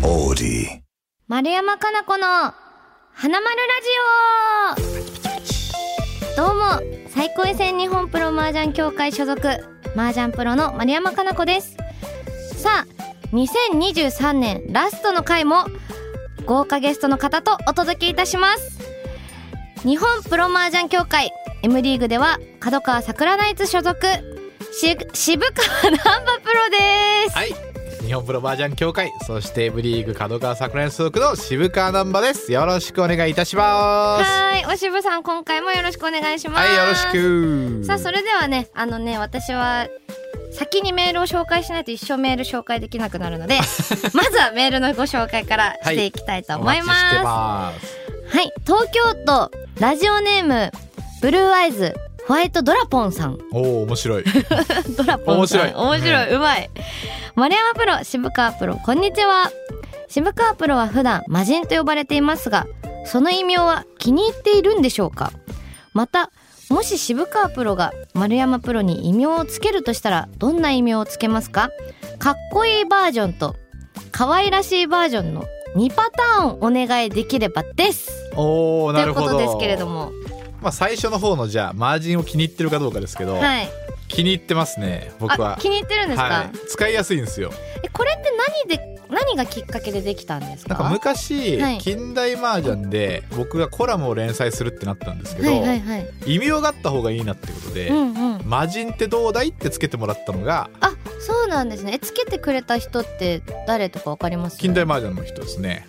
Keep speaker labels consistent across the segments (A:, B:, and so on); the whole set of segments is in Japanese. A: City.
B: 丸山かな子の花丸ラジオどうも最高位戦日本プロ麻雀協会所属麻雀プロの丸山かな子ですさあ2023年ラストの回も豪華ゲストの方とお届けいたします日本プロ麻雀協会 M リーグでは角川桜ナイツ所属し渋川難波プロです
C: はい日本プロバージャン協会そして M リーグ角川桜井所属の渋川難波ですよろしくお願いいたします
B: はいお渋さん今回もよろしくお願いします
C: はいよろしく
B: さあそれではねあのね私は先にメールを紹介しないと一生メール紹介できなくなる のでまずはメールのご紹介からしていきたいと思います。
C: お待ちし
B: は
C: てます
B: い、東京都ラジオネームブルーアイズホワイトドラポンさん
C: おお面 白い
B: ドラポンさん
C: 面白い
B: 面白い、うまい丸山プロ渋川プロこんにちは渋川プロは普段魔人と呼ばれていますがその異名は気に入っているんでしょうかまたもし渋川プロが丸山プロに異名をつけるとしたらどんな異名をつけますかかっこいいバージョンと可愛らしいバージョンの2パターンお願いできればです
C: お
B: と
C: おないる
B: う
C: ほ
B: こ
C: ど
B: とですけれども
C: まあ最初の方のじゃあマージンを気に入ってるかどうかですけど、
B: はい
C: 気に入ってますね僕
B: あ
C: は
B: 気に入ってるんですか、
C: はい、使いやすいんですよ
B: えこれって何で何がきっかけでできたんです
C: なん
B: か
C: か昔、
B: はい
C: 近代麻雀で僕がコラムを連載するってなったんですけど、
B: はいはいはい
C: 異名があった方がいいなってことで、
B: うんうん
C: 魔人ってどうだいってつけてもらったのが
B: あそうなんですねえつけてくれた人って誰とかわかります
C: 近代麻雀の人ですね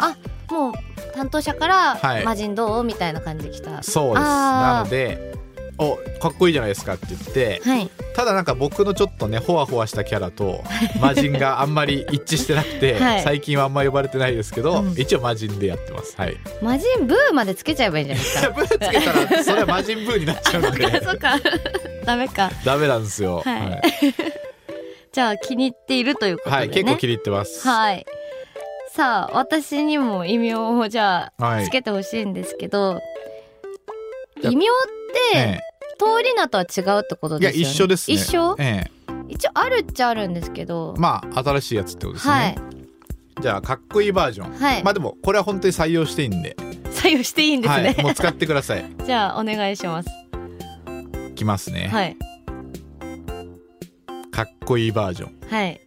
B: もう担当者から
C: は
B: 「
C: い
B: 魔人どう?」みたいな感じで来た
C: そうです
B: あー
C: なのでおかっこいいじゃないですかって言って
B: はい
C: ただなんか僕のちょっとねほわほわしたキャ ラと魔人があんまり一致してなくて、
B: はい
C: 最近はあんまり呼ばれてないですけ
B: う
C: ど、
B: ん
C: 一応魔人でやってますはい
B: 魔人ブーまでつけちゃえばいいんじゃないです
C: いや
B: か
C: ブーつけたらそれは魔人ブーになっちゃうの で
B: そうかダメか
C: ダメなんですよ
B: はい
C: はい、
B: じゃあ気に入っているということでね
C: はい結構気に入ってます
B: はいさあ私にも異名をじゃ
C: は
B: あ
C: い
B: つけてほしいんですけど、
C: や
B: 異名っ
C: え
B: て通り名とは違うってこと
C: えい
B: で
C: や
B: すよね
C: 一緒ですね
B: 一緒
C: ええ
B: 一応あるっちゃあるんですけど、
C: まあ新しいやつってことですね、
B: はい
C: じゃあかっこいいバージョン
B: はい、
C: まあでもこれは本当に採用していいんで
B: 採用していいんですね
C: はい、、もう使ってください
B: じゃあお願いします
C: いきますね、
B: はい
C: かっこいいバージョン
B: はい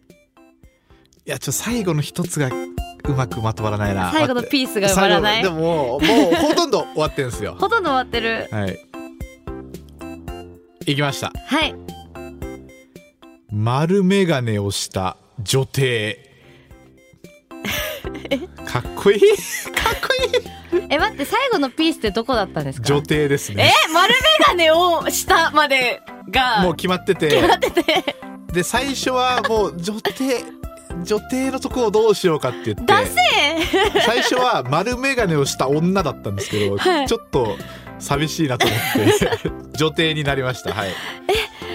C: いやちょっと最後の一つがうまくまとまらないな
B: 最後の
C: 待って
B: ピースが埋まらない
C: 最
B: ほ
C: 後でももうもうほとんど終わってんで すよ
B: とんど終わってる
C: はいいきました
B: はい
C: 丸眼鏡をした 女帝かっこいいかっこいい
B: え待って最後のピースってどこだったんですか
C: 女帝です
B: え
C: ね
B: 丸眼鏡をしたまでが
C: もう決まってて
B: 決まってて
C: で最初はもう女帝女帝のとこをどうしようかって言って
B: ダセえ
C: 最初は丸眼鏡をした女だったんですけど、
B: はい
C: ちょっと寂しいなと思って女帝になりましたはい、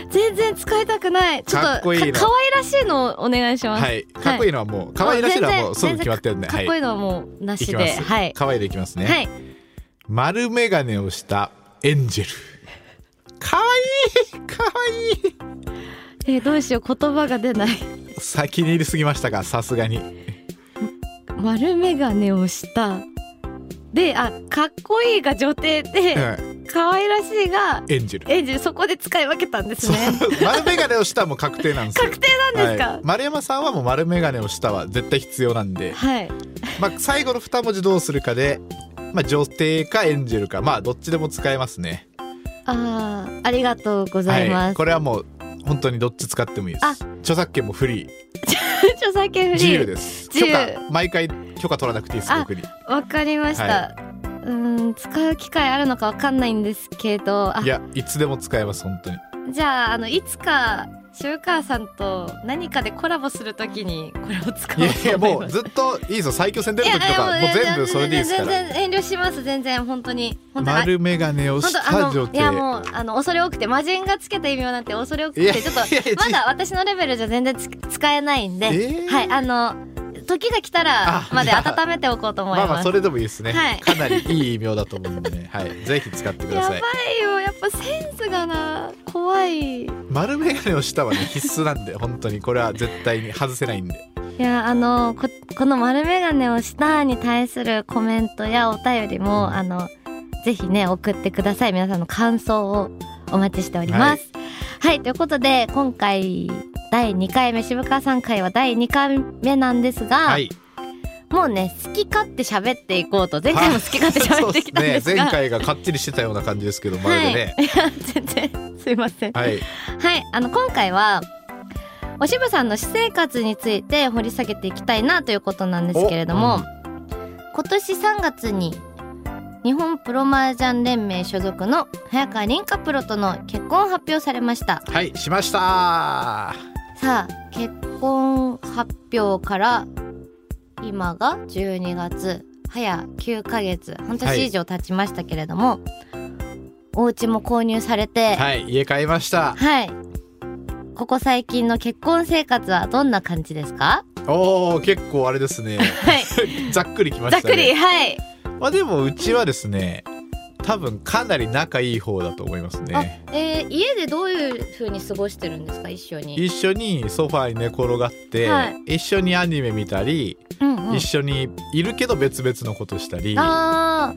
B: 全然使いたくないちょっと
C: かっこいいな
B: か可愛らしいのをお願いします、
C: はい、かっこいいのはもう可愛らしいのはもうすぐ
B: 全然
C: 決まってるんで
B: か
C: は
B: っ
C: い
B: こいいのはもうなし
C: いき
B: で
C: ます、
B: はい
C: 可愛いでいきますね、
B: はい
C: 丸眼鏡をしたエンジェル可愛い可愛い
B: えどうしよう言葉が出 ない
C: 先に入りすぎましたがさすがに
B: 丸眼鏡をしたであかっこいいが女帝で、
C: うん
B: 可愛らしいが
C: エンジェル
B: エンジンそこで使い分けたんですね
C: そう 丸眼鏡をしたはもう確定なんですよ
B: 確定なんです
C: はい
B: か
C: 丸山さんはもう丸眼鏡をしたは絶対必要なんで
B: はい、
C: まあ、最後の2文字どうするかで、まあ、女帝かエンジェルかまあどっちでも使えますね
B: あーありがとうござい
C: は
B: ま
C: い、
B: す、
C: これはもう本当にどっち使ってもいいで
B: あ
C: す著作権もフリー
B: 著作権フ
C: 自
B: リ
C: 由
B: ー
C: です
B: 自
C: 許
B: 由
C: 可毎回許可取らなくていいです
B: あ
C: 僕に
B: わかりました、
C: は
B: うーん使う機会あるのかわかんないんですけどあ
C: いやいつでも使えます本当に
B: じゃああのいつか渋川さんと何かでコラボするときにこれを使おう
C: いやいや
B: と思い
C: も
B: ま
C: う
B: す
C: ずっといいですよ最強戦出る時とかも
B: い
C: う
B: やいや
C: 全部それでいいですか
B: 全
C: ら
B: 然全然遠慮します全然本当に本当にあ
C: 丸眼鏡を
B: 本
C: し
B: 当あ
C: た
B: の
C: 女
B: い
C: 帝
B: やもうあの恐れ多くて魔人がつけた異名なんて恐れ多く
C: いや
B: てちょっと
C: いやいや
B: まだ私のレベルじゃ全然つ使えないんで、
C: えー
B: はいあの時が来たら
C: あ
B: まで
C: じゃあ
B: 温めておこうと思い ま
C: まあ
B: す。
C: まあそれでもいいですね、
B: はい
C: かなりいい異名だと思うんでね、はい、ぜひ使ってくだ
B: やば
C: さい
B: いよやっぱセンスがな怖い
C: 丸眼鏡をしたはね必須なんで本当にこれは絶対に外せないんで
B: いやあのここの丸眼鏡をしたに対するコメントやお便りもあのぜひね送ってください皆さんの感想をお待ちしております。はい、ということで今回第2回目渋川さん会は第2回目なんですが、
C: はい
B: もうね好き勝手喋っていこうと前回も好き勝手喋ってきたんですが、
C: そうね前回がかっちりしてたような感じですけどまるでね
B: はい、いや 全然すいません。
C: はい
B: はい、あの今回はおしぶさんの私生活について掘り下げていきたいなということなんですけれども、
C: おうん
B: 今年3月に日本プロマージャン連盟所属の早川凛香プロとの結婚を発表されました
C: はいしました
B: さあ結婚発表から今が12月早9ヶ月半年以上経ちましたけれども、お家も購入されて、
C: はい家買いました
B: はい。ここ最近の結婚生活はどんな感じですか？
C: おお結構あれですね
B: はい。
C: ざっくりきま
B: ざ
C: し
B: ったくり
C: ね
B: はい。
C: まあでもうちはですね多分かなり仲いい方だと思います
B: あ
C: ね、
B: えー、家でどういう風に過ごしてるんですか一緒に？
C: 一緒にソファーに寝転がって、
B: は
C: 一緒にアニメ見たり、
B: うんうん
C: 一緒にいるけど別々のことしたり
B: あ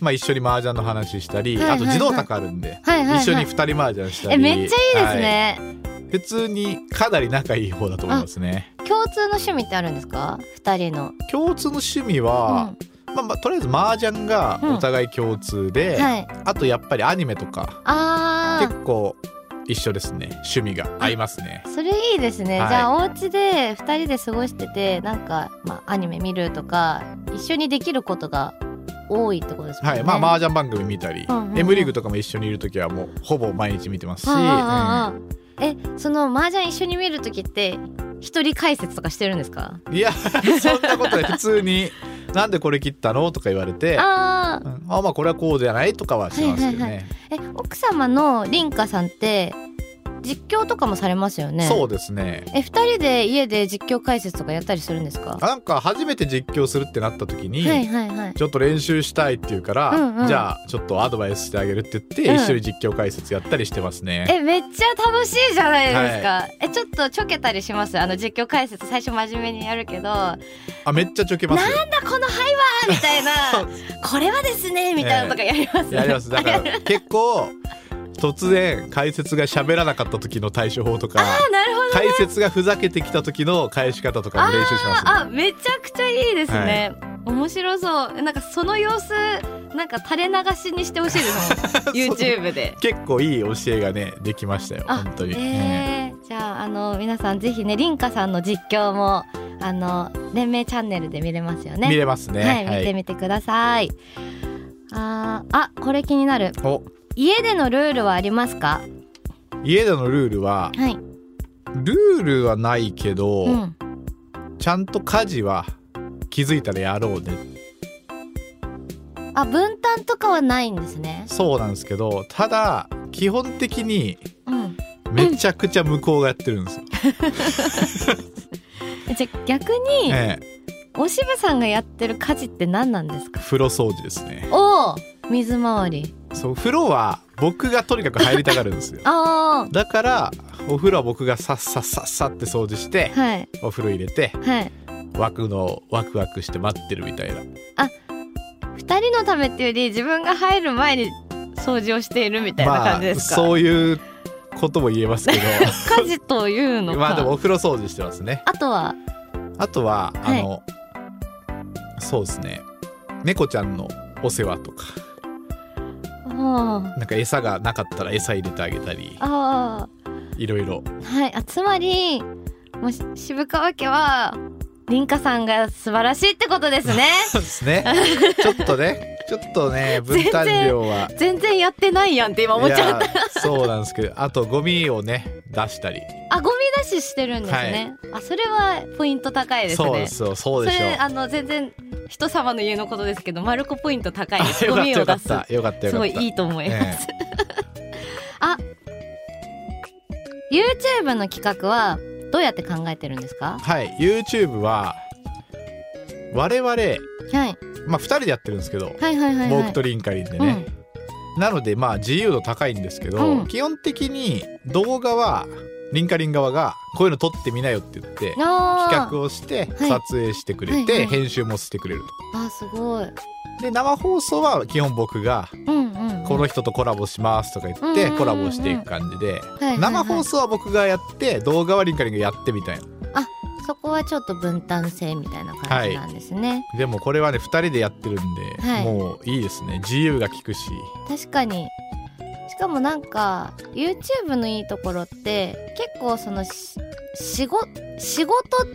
C: まあ、一緒に麻雀の話したり、
B: はいはいはい
C: あと自動卓あるんで、
B: あはいはい、はい、
C: 一緒に二人麻雀したり
B: えめっちゃいいです
C: は
B: ね、
C: い普通にかなり仲いい方だと思いますね
B: 共通の趣味ってあるんですか二人の、
C: 共通の趣味は、まあまあ、とりあえず麻雀がお互い共通
B: う
C: で、
B: ん、はい
C: あとやっぱりアニメとか
B: あ
C: 結構一緒ですね趣味が合いますね
B: ーそれいいですね、
C: はい
B: じゃあお家で二人で過ごしててなんか、まあ、アニメ見るとか一緒にできることが多いってことですもん
C: は
B: ね
C: い、まあ麻雀番組見たり、
B: うんうんうん
C: M リーグとかも一緒にいる時はもうほぼ毎日見てますし、
B: ああああああえその麻雀一緒に見るときって一人解説とかしてるんですか
C: うんいやそんなことない普通に「なんでこれ切ったの?」とか言われて
B: ああ
C: うんあまあこれはこうじゃないとかはしますけどね、
B: はいはいはえ奥様の凛花さんって実況とかもされますよね
C: そうですね
B: え二人で家で実況解説とかやったりするんですか
C: あなんか初めて実況するってなった時に、
B: はいはいはい
C: ちょっと練習したいって言うから、
B: うんうん
C: じゃあちょっとアドバイスしてあげるって言って、
B: うん
C: 一緒に実況解説やったりしてますね
B: えめっちゃ楽しいじゃないですか、えちょっとちょけたりしますあの実況解説最初真面目にやるけどなんだ
C: あめっちゃちょけます
B: この灰はみたい なこれはですねみたいなのとかやります、
C: やりますだから
B: あ
C: 結構突然解説が喋らなかった時の対処法とか
B: なるほど
C: 解説がふざけてきた時の返し方とかも練習しますね
B: あめちゃくちゃいいですね、面白そうえなんかその様子なんか垂れ流しにしてほしい ですもん YouTube で。
C: 結構いい教えがねできましたよ本当に、え
B: えー、じゃああの皆さんぜひね凛花さんの実況もあの連盟チャンネルで見れますよ
C: え見
B: ね。
C: れますね
B: はい、見てみてください。あーあこれ気になる
C: お
B: 家でのルールはありますか？
C: 家でのルールは
B: はい。
C: ルールはないけど、
B: うん。
C: ちゃんと家事は気づいたらやろうね
B: あ分担とかはないんですね。
C: そうなんですけどただ基本的に
B: うん。
C: めちゃくちゃ向こうがやってるんですよ、
B: えじゃあ逆に、
C: え
B: おしぶさんがやってる家事って何なんです
C: え
B: か？
C: 風呂掃除ですね
B: おお水回り
C: そう風呂は僕がとにかく入りたがるんですよ
B: あ
C: だからお風呂は僕がさっさっさっさって掃除して
B: あはい
C: お風呂入れて
B: はい
C: 枠のワクワクして待ってるみたいな
B: 二人のためっていうより自分が入る前に掃除をしているみたいな感じですか、
C: まあそういうことも言えますけ
B: 家事という のか、
C: どまあでもお風呂掃除してますね
B: あとは
C: あとは、
B: はい
C: あのそうですね猫ちゃんのお世話とか
B: おー
C: なんか餌がなかったら餌入れてあげたり
B: あ
C: いろいろ
B: ーはいあつまりもうし渋川家は凛花さんが素晴らしいってことです ね
C: そうで すねちょっとねちょっとね分担量は
B: 全然やってないやんって今思っちゃった
C: いやそうなんですけどあとゴミをね出したり
B: あゴミ出ししてるんですね、あそれはポイント高いですね
C: そうですよそう
B: そ
C: でしょ
B: れあの全然人様の家のことですけどマルコポイント高いです
C: うよ
B: ゴ
C: かっ
B: ミ
C: た
B: を
C: よか
B: 出
C: っ
B: す
C: たよかったよ
B: す
C: か
B: ご
C: っ
B: いいいと思います、YouTube の企画はどうやって考えてるんですか
C: たはい YouTube は我々
B: はい
C: まあ2人でやってるんですけど、
B: はいはいはいはい
C: 僕とリンカリンでね、なのでまあ自由度高いんですけど、
B: うん
C: 基本的に動画はリンカリン側がこういうの撮ってみなよって言って企画
B: あ
C: をして
B: はい
C: 撮影してくれ
B: はいは
C: て
B: い
C: 編集もしてくれると
B: ーあすごい
C: で生放送は基本僕が
B: うんうん
C: この人とコラボしますとか言っ
B: う
C: て
B: ん
C: コラボしていく感じで
B: いはいはい
C: 生放送は僕がやって動画はリンカリンがやってみたいな
B: そこはちょっと分担制みたいな感じなんですね、
C: でもこれはね2人でやってるんで
B: はい
C: もういいですね自由が利くし
B: 確かにしかもなんか YouTube のいいところって結構そのし仕事仕事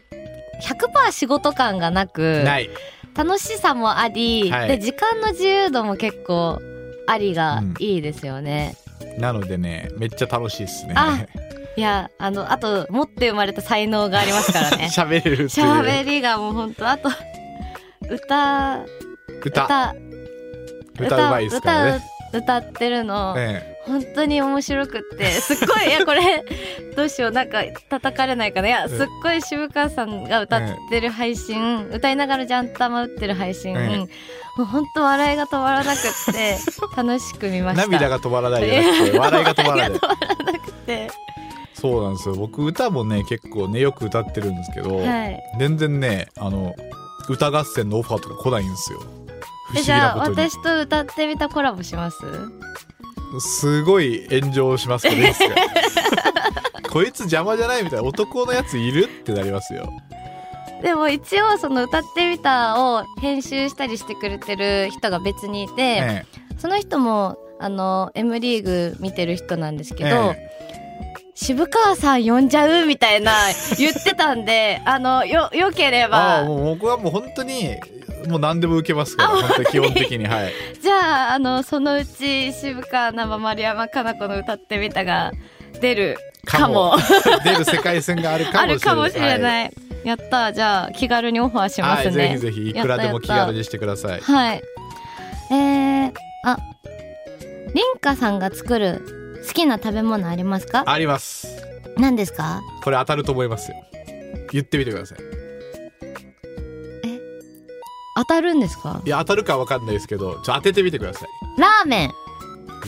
B: 100%仕事感がなく
C: ない
B: 楽しさもあり、
C: はい
B: で時間の自由度も結構ありがいいですよね、
C: なのでねめっちゃ楽しいですね
B: あいやあのあと持って生まれた才能がありますから ね
C: 喋れるってい
B: 喋
C: う
B: りがもうほんとあと歌
C: 歌歌うまいですからね
B: 歌歌ってるの、
C: え
B: 本当に面白くってすっごいいやこれどうしようなんか叩かれないかないや
C: ん
B: すっごい渋川さんが歌ってる配信、歌いながらジャン玉打ってる配信、
C: うん
B: もう本当笑いが止まらなくって楽しく見
C: え
B: ました
C: 涙
B: が
C: が止まらないじゃ なくて笑いが止まらない
B: なくて
C: そうなんですよ僕歌もね結構ねよく歌ってるんですけど、
B: はい
C: 全然ねあの歌合戦のオファーとか来ないんですよ不思
B: え
C: 議
B: じゃあ
C: なことに
B: 私と歌ってみたコラボします
C: すごい炎上しますけどいいです かこいつ邪魔じゃないみたいな男のやついるってなりますよ
B: でも一応その歌ってみたを編集したりしてくれてる人が別にいて、
C: え
B: その人もあの M リーグ見てる人なんですけど、
C: え
B: 渋川さん呼んじゃうみたいな言ってたん であのよよけれ
C: ああ
B: ば
C: もう僕はもう本当にもう何でも受けますから本当に基本的にはい
B: じゃああのそのうち渋川生丸山加奈子の歌ってみたが出るかも
C: 出る世界線があるか
B: あ
C: もしれな
B: る
C: い
B: かもしれない、やったじゃあ気軽にオファーしま
C: は
B: す
C: い、
B: ね、
C: はい、ぜひぜひいくらでも気
B: やったやった
C: 軽にしてください
B: はい。えー、あ、リンカさんが作る好きな食べ物ありますか
C: あります
B: 何ですか
C: これ当たると思いますよ言ってみてください
B: 当たるんですか
C: いや当たるかわかんないですけどちょ当ててみてくださ
B: ラーメン。
C: い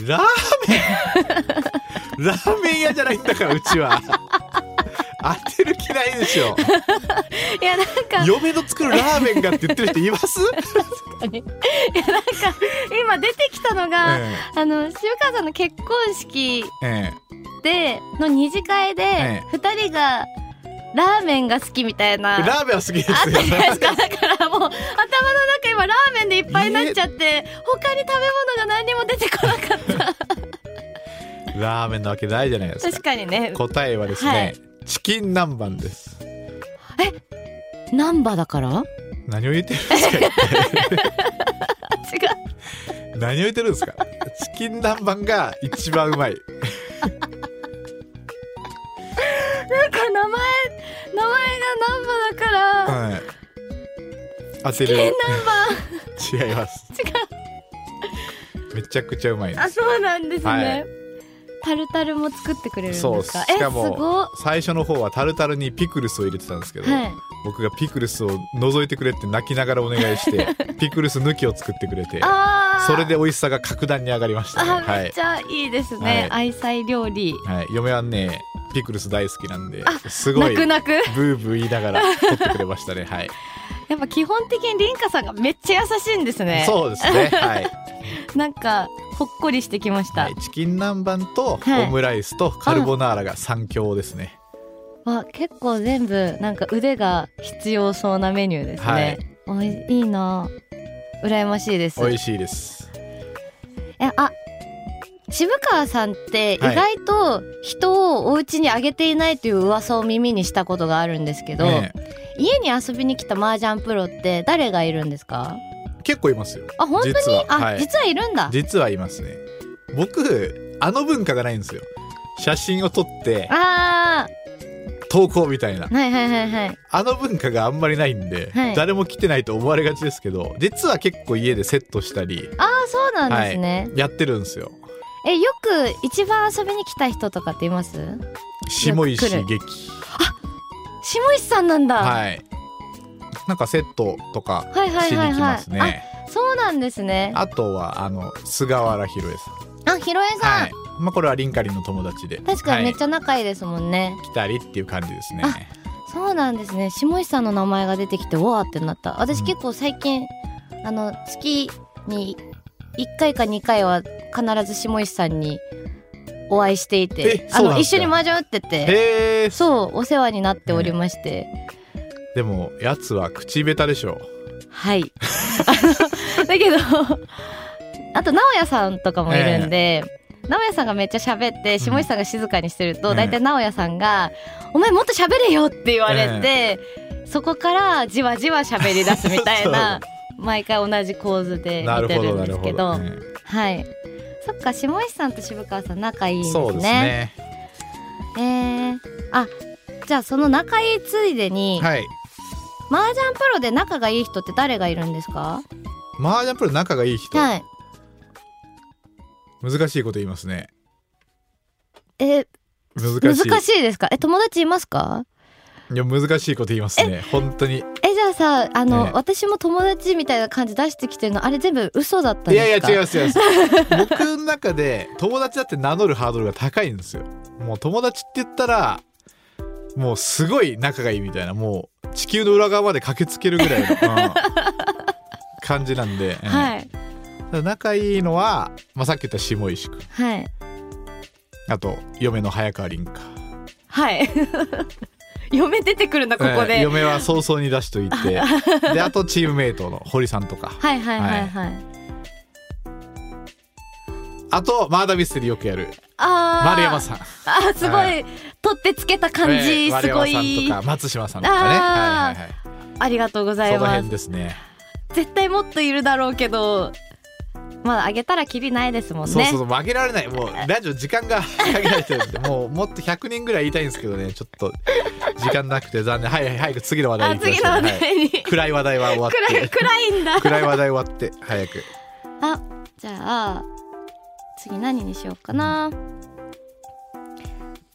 C: ラーメンラーメン屋じゃないんだからうちは当てる気ないでし ょ
B: いや、なんか、
C: 嫁の作るラーメンがって言ってる人います、
B: 今出てきたのが、
C: え
B: あの、渋川さんの結婚式
C: ええ
B: で、の二次会で
C: え、
B: 二人が、ラーメンが好きみたい
C: え
B: な。
C: ラーメンは好きですよ
B: あったじゃないですか。だからもう、頭の中今ラーメンでいっぱいになっちゃって、他に食べ物が何にも出てこなかった。
C: ラーメンなわけないじゃないですか
B: 確かに ね。
C: 答えはですね、
B: はい
C: チキン南蛮です
B: 難波だから
C: 何を言ってるんですか
B: 違う。
C: 何を言ってるんですかチキン南蛮が一番うまい
B: なんか名前名前がナンバだから、
C: はい。当
B: チ
C: て
B: キン
C: る。
B: ナンバ
C: 違います。
B: 違う
C: めちゃくちゃうまいで
B: あ
C: す。
B: そうなんですね、
C: はい
B: タルタルも作ってくれるんですか
C: そうです。
B: え
C: し
B: す
C: か
B: ご
C: も最初の方はタルタルにピクルスを入れてたんですけど、
B: っはい
C: 僕がピクルスを覗いてくれって泣きながらお願いして、 ピクルス抜きを作ってくれて、
B: あー
C: それで美味しさが格段に上がりましたね。
B: あ
C: は
B: めっ
C: い。
B: ちゃいいですね、愛妻料理
C: はい。嫁はね、ピクルス大好きなんで、すご
B: 泣
C: い。
B: く
C: ブ
B: 泣く や
C: ーブー言いながら撮ってくれましたね。はい。
B: っぱ基本的にリンカさんがめっちゃ優しいんですね
C: そうですね。はい。
B: なんかほっこりしてきました、
C: はいチキン南蛮と
B: はい
C: オムライスとカルボナーラが三強ですね。
B: わ結構全部なんか腕が必要そうなメニューですね、おいいいな羨ましいです
C: 美味しいです。
B: えあ渋川さんって意
C: はい
B: 外と人をお家にあげていないという噂を耳にしたことがあるんですけど、
C: ね
B: 家に遊びに来た麻雀プロって誰がいるんですか
C: 結構いますよ。
B: あ本当に
C: 実は
B: あ、
C: はい
B: 実はいるんだ
C: 実はいますね。僕あの文化がないんですよ。写真を撮って
B: あ
C: 投稿みたいな
B: ーはいはいはいはい
C: あの文化があんまりないんで、
B: はい
C: 誰も来てないと思われがちですけど実は結構家でセットしたり
B: あーそうなんですね、
C: やってるんですよ
B: えよく一番遊びに来た人とかっています
C: 下石
B: 来る
C: 劇
B: 下石さんなんだ、
C: はいなんかセットとか
B: はい、は
C: し
B: いはいはい
C: に来ますね、
B: あそうなんですね
C: あとはあの菅原弘恵さん
B: あひろえさん、
C: はいまあ、これはリンカリンの友達で
B: 確かにめっち
C: ゃ、
B: ゃ仲いいですもんね、
C: はい来たりっていう感じですね
B: あそうなんですね下石さんの名前が出てきてわーってなった私
C: うん
B: 結構最近、あの月に1回か2回は必ず下石さんにお会いしていて
C: え
B: あ
C: そうなん
B: の
C: で
B: 一
C: すか
B: 緒に麻雀打ってて
C: へえ
B: そうお世話になっておりまして、
C: でもやつは口下手でしょ
B: はいあのだけどあと直哉さんとかもいるんで、直哉さんがめっちゃ喋って下石さんが静かにしてると、
C: うん
B: 大体直哉さんが「お前もっと喋れよ」って言われて、そこからじわじわ喋り出すみたい な毎回同じ構図で
C: な
B: 見
C: る
B: て
C: ほ
B: る
C: ど
B: ん
C: な
B: で
C: る
B: す
C: ほ
B: けど
C: ど、ね
B: はいそっか下石さんと渋川さん仲いいんですね。
C: そうですね
B: えー、あじゃあその仲いいついでに、
C: はい
B: 麻雀プロで仲がいい人って誰がいるんですか
C: マージャンプロ仲がいい人、
B: はい
C: 難しいこと言いますね
B: え
C: 難
B: 難
C: しい
B: しいですかえ友達いますか
C: いや難しいこと言いますね本当に
B: えじゃあさあの、
C: ええ
B: 私も友達みたいな感じ出してきてるのあれ全部嘘だったん
C: い
B: です
C: や
B: か
C: いや違う違
B: う
C: う違う 僕の中で友達だって名乗るハードルが高いんですよもう友達って言ったらもうすごい仲がいいみたいなもう地球の裏側まで駆けつける ぐらいの、うん感じなんで、うん
B: はい
C: ただ仲いいのは、まあ、さっき言った下石君
B: はい
C: あと嫁の早川凛香
B: はい 嫁出てくるんだここ
C: えー
B: で、
C: 嫁は早々に出しとい てであとチームメイトの堀さんとか
B: はいはいはいはい、
C: あとマーダーミステリーよくやる
B: ああ
C: 丸山さん
B: あーすごい、
C: は
B: 取ってつけた感じ、
C: えー
B: すご
C: 丸山さんと
B: い
C: か松島さんとかね
B: あー
C: はいはいはい
B: ありがとうござい
C: その
B: ます
C: 辺ですね。
B: 絶対もっといるだろうけどまああげたらきりないですもんね
C: そうそうそう、曲げられない。もうラジオ時間が 限られてるんで、もうもっと100人ぐらい言いたいんですけどね、ちょっと時間なくて残念。はいはい、早く次の話題
B: あ
C: に行き
B: 次
C: ま
B: の
C: しょ
B: 話
C: う。はい、
B: 題に、
C: 暗い話題は終わ
B: 暗
C: っ
B: い
C: て。
B: 暗いんだ
C: 暗い話題終わって、早く。
B: あじゃあ次何にしようかな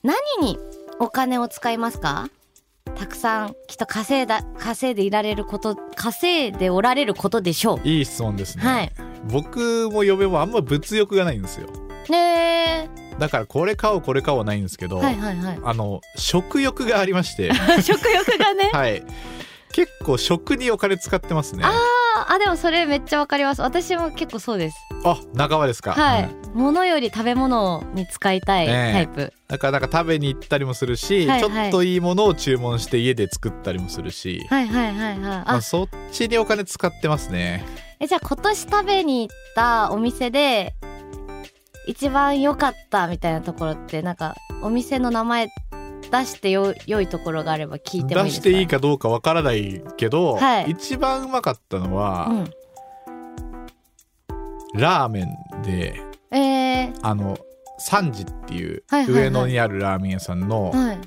B: 何にお金を使いますかたくさんきっと稼いだ稼いでいられること稼いでおられることでしょ
C: いい質問です
B: う
C: ね。
B: はい
C: 僕も嫁もあんま物欲がないんですよ。
B: ね
C: だからこれ買おう、これ買おうはないんですけど、
B: ーはいはいは
C: あの、食欲がありまして、
B: い 食欲がね
C: はい。結構食にお金使ってますね。あ
B: ああでもそれめっちゃわかります私も結構そうです
C: 仲間ですか。
B: はい、
C: うん
B: 物より食べ物に使いたい
C: ねえ
B: タイプ、
C: だからなんか食べに行ったりもするし、
B: はいはい
C: ちょっといいものを注文して家で作ったりもするし、
B: はいはいはいはい
C: ま
B: あ
C: あ、そっちにお金使ってますね
B: えじゃあ今年食べに行ったお店で一番良かったみたいなところってなんかお店の名前出してよ良いところがあれば聞いてもいい
C: 出
B: です
C: し
B: か
C: ていいかどうかわからないけど、
B: はい
C: 一番うまかったのは、ラーメンで
B: うん、え
C: あの三時っていう
B: はいはいはい
C: 上野にあるラーメン屋さんの
B: ー、はい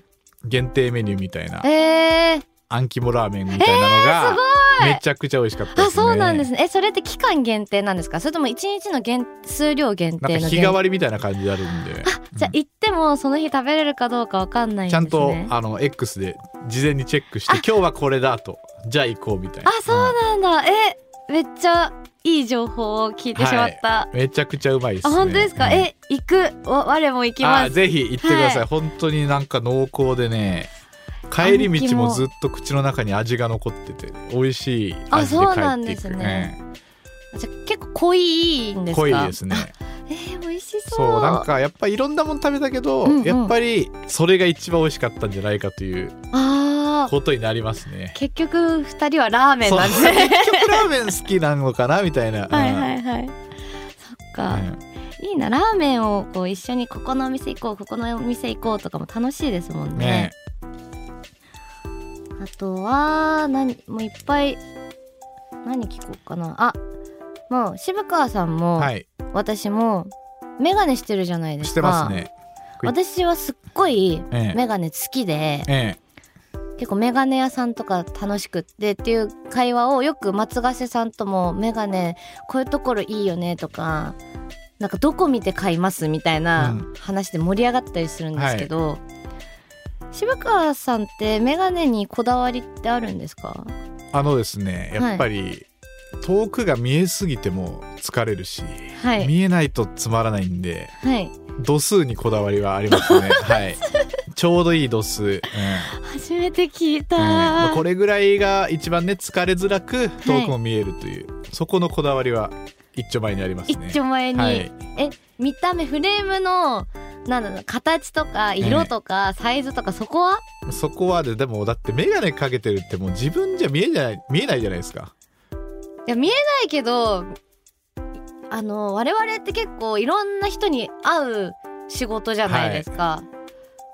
C: 限定メニューみたいな、
B: えー、
C: あん肝ラーメンみたいなのが、めちゃくちゃ美味しかったですね
B: あそうなんです
C: ね
B: ねえそれって期間限定なんですかそれとも一日の限数量限
C: なん
B: 定
C: か
B: の
C: 日
B: 限
C: 替わりみたいな感じであるんで
B: じゃあ行ってもその日食べれるかどうかわかんないん
C: ち
B: です
C: ゃ
B: ね
C: んとあの X で事前にチェックして
B: あ
C: 今日はこれだとじゃあ行こうみたいな
B: あそうなんだえめっちゃいい情報を聞いてしまった、
C: うんめちゃくちゃうまいです
B: あ
C: ね
B: 本当ですか、
C: うん
B: え行くわ我も行きま
C: あ
B: す
C: ぜひ行ってください、
B: は
C: 本当になんか濃厚でね帰り道もずっと口の中に味が残ってて美味しい
B: あ
C: 味で帰
B: そうなん
C: って
B: で
C: いく
B: すねじゃあ結構濃いん
C: うん
B: ですか
C: 濃いですね
B: えー、美味しそう
C: そうなんかやっぱいろんなもの食べたけど、
B: うんうん
C: やっぱりそれが一番美味しかったんじゃないかという
B: あー
C: ことになりますね
B: 結局二人はラーメン
C: そう
B: なんですね
C: 結局ラーメン好きなのかなみたいな
B: はい
C: うん
B: はいはいそっか、
C: うん
B: いいなラーメンをこう一緒にここのお店行こうここのお店行こうとかも楽しいですもんね
C: ね
B: あとは何もういっぱい何聞こうかなあもう渋川さんも、
C: はい
B: 私もメガネしてるじゃないですか
C: してますねクイッ
B: 私はすっごい
C: ええ
B: メガネ好きで、
C: え
B: 結構メガネ屋さんとか楽しくってっていう会話をよく松ヶ瀬さんともメガネこういうところいいよねとかなんかどこ見て買いますみたいうなん話で盛り上がったりするんですけど、渋川さんってメガネにこだわりってあるんですか
C: えあのですねやっぱり、遠くが見えすぎても疲れるし、
B: はい
C: 見えないとつまらないんで
B: はい
C: 度数にこだわりはあります ねはいちょうどいい度数、うん
B: 初めて聞いた、
C: うんまあこれぐらいが一番ね疲れづらく遠くも見えるという、そこのこだわりは一丁前にありますね
B: 一丁前に、
C: はい
B: え見た目フレームのなんだろう形とか色とかサイズとかそこは、
C: そこはででもだって眼鏡かけてるってもう自分じゃ見えない見えないじゃないですか
B: いや見えないけどあの我々って結構いろんな人に会う仕事じゃないですか、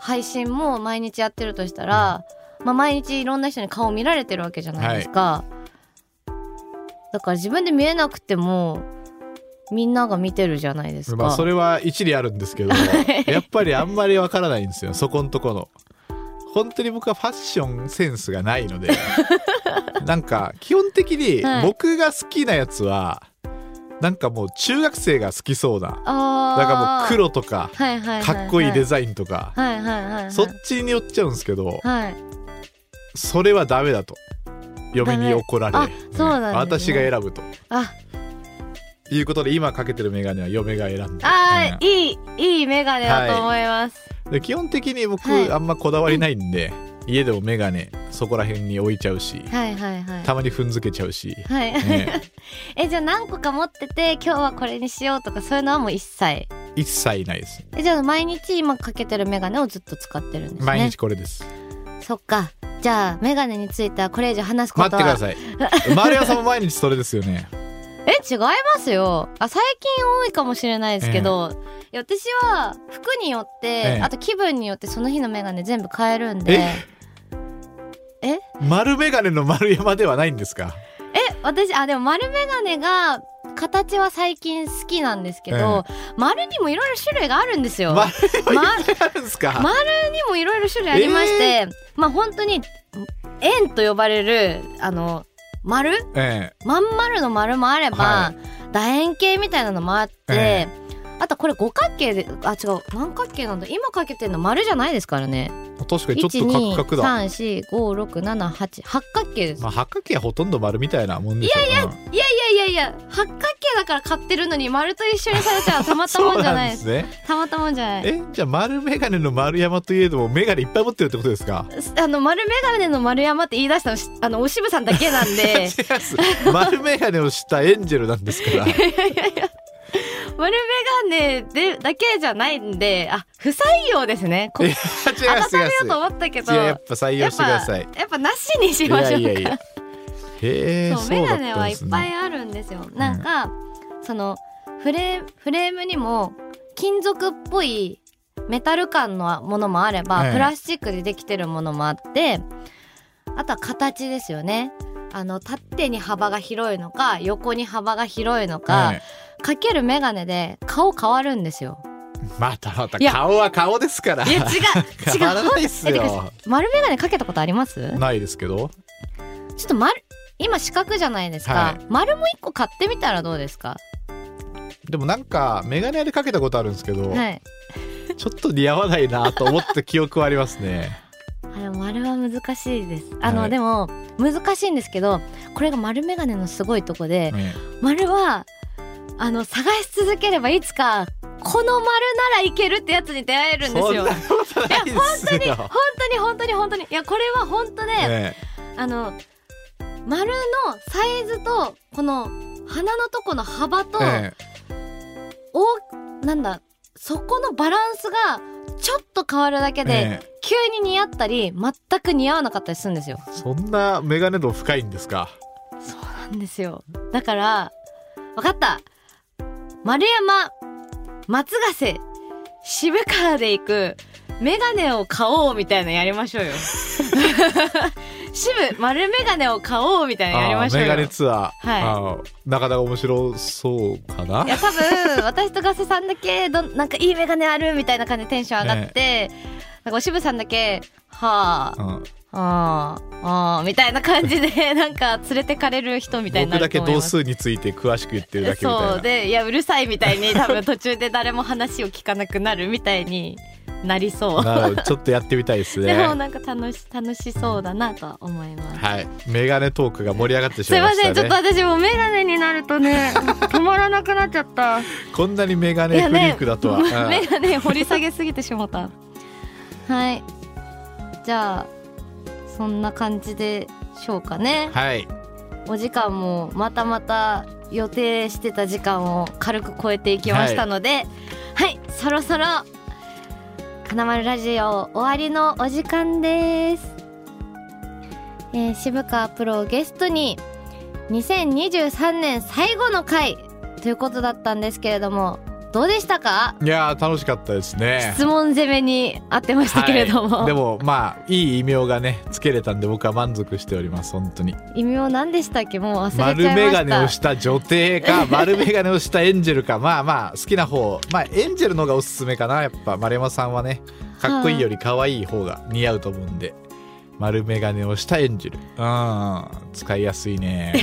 B: 配信も毎日やってるとしたら、まあ、毎日いろんな人に顔見られてるわけじゃないですか、だから自分で見えなくてもみんなが見てるじゃないですか、
C: まあそれは一理あるんですけどやっぱりあんまりわからないんですよそこのとこの本当に僕はファッションセンスがない のでなんか基本的に
B: はい
C: 僕が好きなやつは、なんかもう中学生が好きそうな
B: あ
C: だ
B: ー
C: からもう黒とか
B: はいはいはいはい
C: かっこいいデザインとか、
B: はいはいはいはい
C: そっちに寄っちゃうんですけど
B: はい
C: それはダメだと嫁に怒られ、
B: ダメあそうなんですね
C: 私が選ぶと
B: あ
C: いうことで今かけてる眼鏡は嫁が選んで
B: あ
C: うん
B: ー、いいいいメガネだと思います、
C: で基本的に僕、
B: はい
C: あんまこだわりないんで家でも眼鏡そこら辺に置いちゃうし
B: はい、はいはい
C: たまに踏んづけちゃうし、
B: はい、
C: ね
B: えじゃあ何個か持ってて今日はこれにしようとかそういうのはもう一切
C: 一切ないです
B: えじゃあ毎日今かけてるメガネをずっと使ってるんですね
C: 毎日これです、
B: そっかじゃあメガネについてはこれ以上話すこ
C: 待
B: と
C: っ
B: は
C: てください丸山さんも毎日それですよね
B: え違いますよあ最近多いかもしれないですけど、いや私は服によって、
C: ええ
B: あと気分によってその日のメガネ全部変えるんで
C: え
B: え
C: 丸眼鏡の丸山ではないんですか
B: 私あでも丸メガネが形は最近好きなんですけど、丸にもいろいろ種類があるんですよ。
C: 丸
B: ま
C: 山いっぱいあるんですか、
B: ま丸にもいろいろ種類ありまして、まあ本当に円と呼ばれるあの丸
C: え
B: まん丸の丸もあれば、
C: は
B: 楕円形みたいなのもあって、
C: え
B: あとこれ五角形であ違う何角形なんだ今かけてるの丸じゃないですからね。
C: え確かにちょっとカクカクだ、
B: 123456788八角形です。
C: まあ、八角形はほとんど丸みたいなもんでしょいやいや
B: いやいやいやいや八角形だから買ってるのに丸と一緒にされち ゃうたまったもんじゃないです
C: そうなんですね
B: たまったもんじゃない
C: えじゃあ丸眼鏡の丸山といえども眼鏡いっぱい持ってるってことですか
B: すあの丸眼鏡の丸山って言い出したのしあのおしぶさんだけなん
C: 違い
B: で
C: ます丸眼鏡をしたエンジェルなんで すから
B: 丸眼鏡でだけじゃないんであ不採用ですねこ
C: い
B: 温
C: や違います違い
B: めようと
C: ま
B: 思ったけ
C: す
B: ど
C: いややっぱ
B: や
C: 採用
B: っ
C: して
B: ぱ
C: ください
B: やっぱなしにしましょうか
C: いやいやいやへえ
B: そう
C: そう
B: 眼
C: だっ
B: 鏡
C: た
B: は
C: ん
B: い
C: で
B: っ
C: すね
B: ぱいあるんですよ、なんかそのフレーフレームにも金属っぽいメタル感のものもあれば、
C: ええ
B: プラスチックでできてるものもあってあとは形ですよねあの縦に幅が広いのか横に幅が広いのか、
C: はい
B: かける眼鏡で顔変わるんですよ
C: またまた
B: いや
C: 顔は顔ですから
B: いや違う違
C: 変わら
B: う
C: ないっす
B: えて
C: よ
B: か丸眼鏡かけたことあります
C: ないですけど
B: ちょっと丸今四角じゃないですか、
C: はい
B: 丸も一個買ってみたらどうですか
C: でもなんか眼鏡屋でかけたことあるんですけど、
B: はい
C: ちょっと似合わないなと思った記憶はありますね
B: あでも丸は難しいですあの、
C: はい
B: でも難しいんですけどこれが丸眼鏡のすごいとこで、
C: ね
B: 丸はあの探し続ければいつかこの丸ならいけるってやつに出会えるんです
C: そんな
B: よ
C: ことないですよ
B: 本当に本当に本当にいやこれは本当で、
C: ね
B: あの丸のサイズとこの鼻のとこの幅と、
C: ええ
B: おなんだそこのバランスがちょっと変わるだけで、
C: ええ
B: 急に似合ったり全く似合わなかったりするんですよ
C: そんな眼鏡度深いんですか
B: そうなんですよだからわかった丸山松ヶ瀬渋川で行くメガネを買おうみたいなのやりまし ょうよ渋丸メガネを買おうみたいなのやりましょう
C: メ
B: よ
C: ガネツアー、
B: はい
C: あのなかなか面白そうかない
B: や多分私とガセさんだけどんなんかいいメガネあるみたいな感じでテンション上がって、なんかおしぶさんだけはあ
C: うん、
B: あーあーみたいな感じでなんか連れてかれる人みたいにな
C: 僕だ
B: ると
C: け
B: 思いま
C: 度
B: す。
C: 数について詳しく言ってるだけみたいな
B: そうでいやうるさいみたいに多分途中で誰も話を聞かなくなるみたいになりそう
C: なるほどちょっとやってみたいですね
B: でもなんか楽し楽しそうだなとは思 います、
C: はいメガネトークが盛り上がってし
B: す
C: まい
B: いま
C: まし
B: せ
C: た
B: んちょっと
C: ね
B: 私もうメガネになるとね止まらなくなっちゃった
C: こんなにメガネフリークだとは、うん
B: メガネ掘り下げすぎてしま ったはいじゃあそんな感じでしょうかね
C: はい
B: お時間もまたまた予定してた時間を軽く超えていきましたのではい、そろそろ金丸ラジオ終わりのお時間です、えー、渋川プロをゲストに2023年最後の回ということだったんですけれどもどうでしたか
C: いやー楽しかったですね
B: 質問攻めに合ってましたけれども、
C: はいでもまあいい異名がねつけれたんで僕は満足しております本当に
B: 異名何でしたっけもう忘れちゃいまし
C: 丸
B: た
C: 眼鏡をした女帝か丸眼鏡をしたエンジェルかまあまあ好きな方まあエンジェルの方がおすすめかなやっぱ丸山さんはねかっこいいより可愛い方が似合うと思うんで丸眼鏡をしたエンジェルうん使いやすいね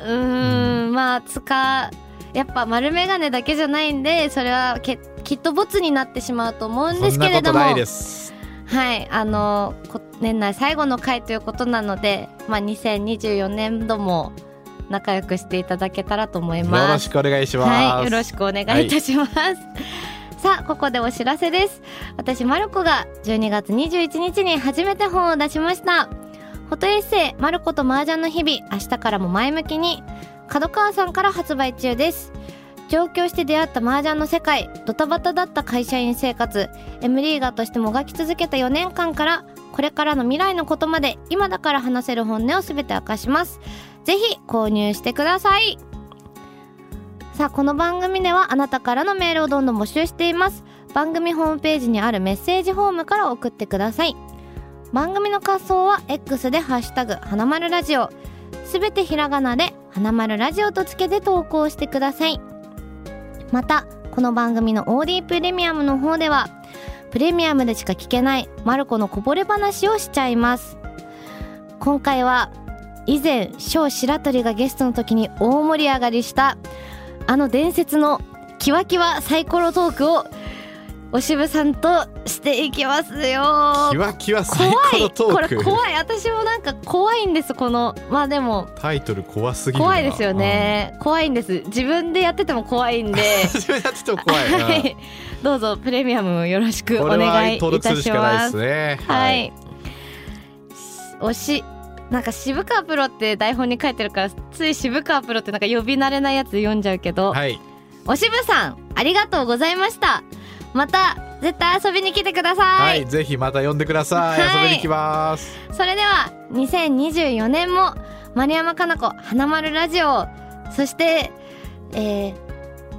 B: うーんまあ使やっぱ丸眼鏡だけじゃないんでそれはけきっとボツになってしまうと思うん
C: そ
B: で
C: ん
B: す
C: な
B: け
C: こ
B: れど
C: と
B: も
C: ないです
B: はいあのこ年内最後の回ということなので、まあ、2024年度も仲良くしていただけたらと思い
C: よ
B: ます。
C: ろしくお願いします、
B: はい、よろしくお願いいたします。さあ、ここでお知らせです。私、マルコが12月21日に初めて本を出しました。フォトエッセイ、マルコと麻雀の日々、明日からも前向きに、角川さんから発売中です。上京して出会った麻雀の世界、ドタバタだった会社員生活、M リーガーとしてもがき続けた4年間から、これからの未来のことまで、今だから話せる本音をすべて明かします。ぜひ、購入してください。さあこの番組ではあなたからのメールをどんどん募集しています番組ホームページにあるメッセージフォームから送ってください番組の感想は X で「ハッシュタグ花丸ラジオ」すべてひらがなで「花丸ラジオ」とつけて投稿してくださいまたこの番組の OD プレミアムの方ではプレミアムでしか聞けないマルコのこぼれ話をしちゃいます今回は以前小白鳥がゲストの時に大盛り上がりしたあの伝説のキワキワサイコロトークをおしぶさんとしていきますよ
C: キワキワ最高
B: 怖
C: の
B: い
C: ト
B: こ
C: ー
B: れ
C: ク
B: 怖い私もなんか怖いんですこのまあでも
C: タイトル怖すぎるな
B: 怖いですよ、ね怖いんです自分でやってても怖いんで
C: うん初めてやってても怖いな、
B: はいどうぞプレミアムよろしくお
C: これは
B: 願いい
C: 登録す
B: た
C: る
B: し
C: しかない
B: ま
C: ですすね
B: はいおしなんか渋川プロって台本に書いてるからつい渋川プロってなんか呼び慣れないやつ読んじゃうけど、
C: はい
B: おしぶさんありがとうございましたまた絶対遊びに来てくださ
C: はいい、ぜひまた呼んでください。
B: はい
C: 遊びに来ます。
B: それでは2024年も丸山かな子花丸ラジオそしてえー、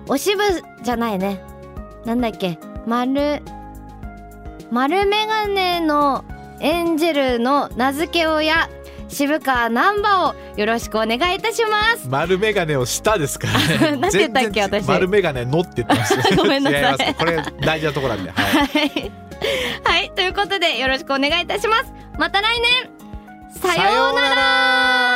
B: おしぶじゃないねなんだっけ丸丸メガネのエンジェルの名付け親渋川難波をよろしくお願いいたします。
C: 丸眼鏡をしたですからね
B: なんて言ったっけ
C: 全然
B: 私
C: 丸眼鏡のって言ってます。
B: ごめんなさい
C: 違ますこれ大事なところなんで。はい。
B: はい、はい、ということでよろしくお願いいたしますまた来年さようなら
C: ら